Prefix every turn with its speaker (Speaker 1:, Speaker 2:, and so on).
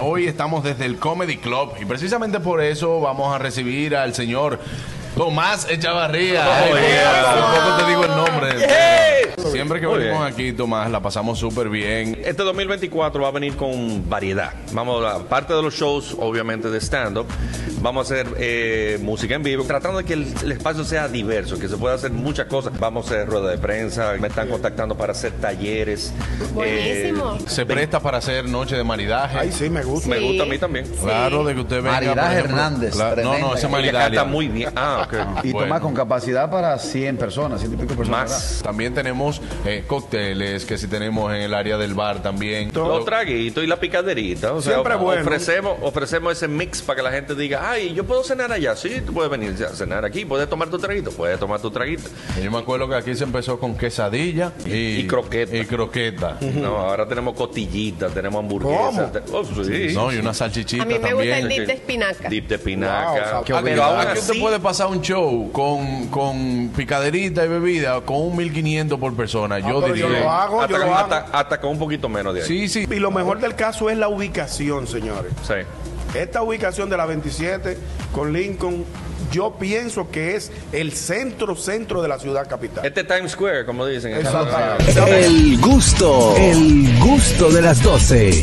Speaker 1: Hoy estamos desde el Comedy Club y precisamente por eso vamos a recibir al señor Tomás Echavarría. Ay, porque Tampoco te digo el nombre. Siempre que
Speaker 2: Muy
Speaker 1: venimos aquí, Tomás, la pasamos súper bien.
Speaker 2: Este 2024 va a venir con variedad. Vamos a, aparte de los shows, obviamente de stand-up, vamos a hacer eh, música en vivo, tratando de que el, el espacio sea diverso, que se pueda hacer muchas cosas. Vamos a hacer rueda de prensa, me están contactando para hacer talleres.
Speaker 3: Buenísimo.
Speaker 2: Eh,
Speaker 1: Se presta para hacer noche de maridaje.
Speaker 4: Ay, sí, me gusta.
Speaker 2: me
Speaker 3: Sí.
Speaker 2: gusta a mí también.
Speaker 1: Claro, de que usted venga.
Speaker 5: Maridaje
Speaker 1: por ejemplo,
Speaker 5: Hernández,
Speaker 1: claro, no, no,
Speaker 5: tremenda.
Speaker 1: ese
Speaker 2: Ella canta
Speaker 1: maridaje.
Speaker 2: muy bien. Ah, ok.
Speaker 5: Y
Speaker 1: Bueno.
Speaker 5: tomar con capacidad para 100 personas, 100 y pico personas. ¿verdad?
Speaker 2: Más.
Speaker 1: También tenemos eh, cócteles que si tenemos en el área del bar también.
Speaker 2: Los traguitos y la picaderita. O sea,
Speaker 4: Siempre
Speaker 2: of-
Speaker 4: bueno.
Speaker 2: ofrecemos, ofrecemos ese mix para que la gente diga, ay, yo puedo cenar allá. Sí, tú puedes venir a cenar aquí, puedes tomar tu traguito, puedes tomar tu traguito.
Speaker 1: Yo me acuerdo que aquí se empezó con quesadilla y,
Speaker 2: Y croqueta.
Speaker 1: Y croqueta.
Speaker 2: No, ahora tenemos costillitas, tenemos hamburguesas.
Speaker 4: ¿Cómo?
Speaker 2: te- oh, sí.
Speaker 1: No, y una salchichita
Speaker 3: A mí me gusta
Speaker 1: también.
Speaker 3: el dip de espinaca.
Speaker 2: Dip de espinaca.
Speaker 4: Wow,
Speaker 5: qué
Speaker 2: Ah,
Speaker 5: obligado.
Speaker 2: pero aún
Speaker 1: Aquí usted
Speaker 2: así,
Speaker 1: puede pasar un show con, con picaderita y bebida con un 1500 por persona. yo
Speaker 4: Ah, pero
Speaker 1: diría.
Speaker 4: yo lo hago.
Speaker 2: hasta,
Speaker 4: yo lo
Speaker 2: con-
Speaker 4: hago.
Speaker 2: hasta- hasta con un poquito menos de ahí.
Speaker 1: Sí, sí.
Speaker 4: Y lo mejor del caso es la ubicación, señores.
Speaker 2: Sí.
Speaker 4: Esta ubicación de la 27 con Lincoln, yo pienso que es el centro, centro de la ciudad capital.
Speaker 2: Este Times Square, como dicen.
Speaker 4: Exacto.
Speaker 6: El gusto, el gusto de las 12.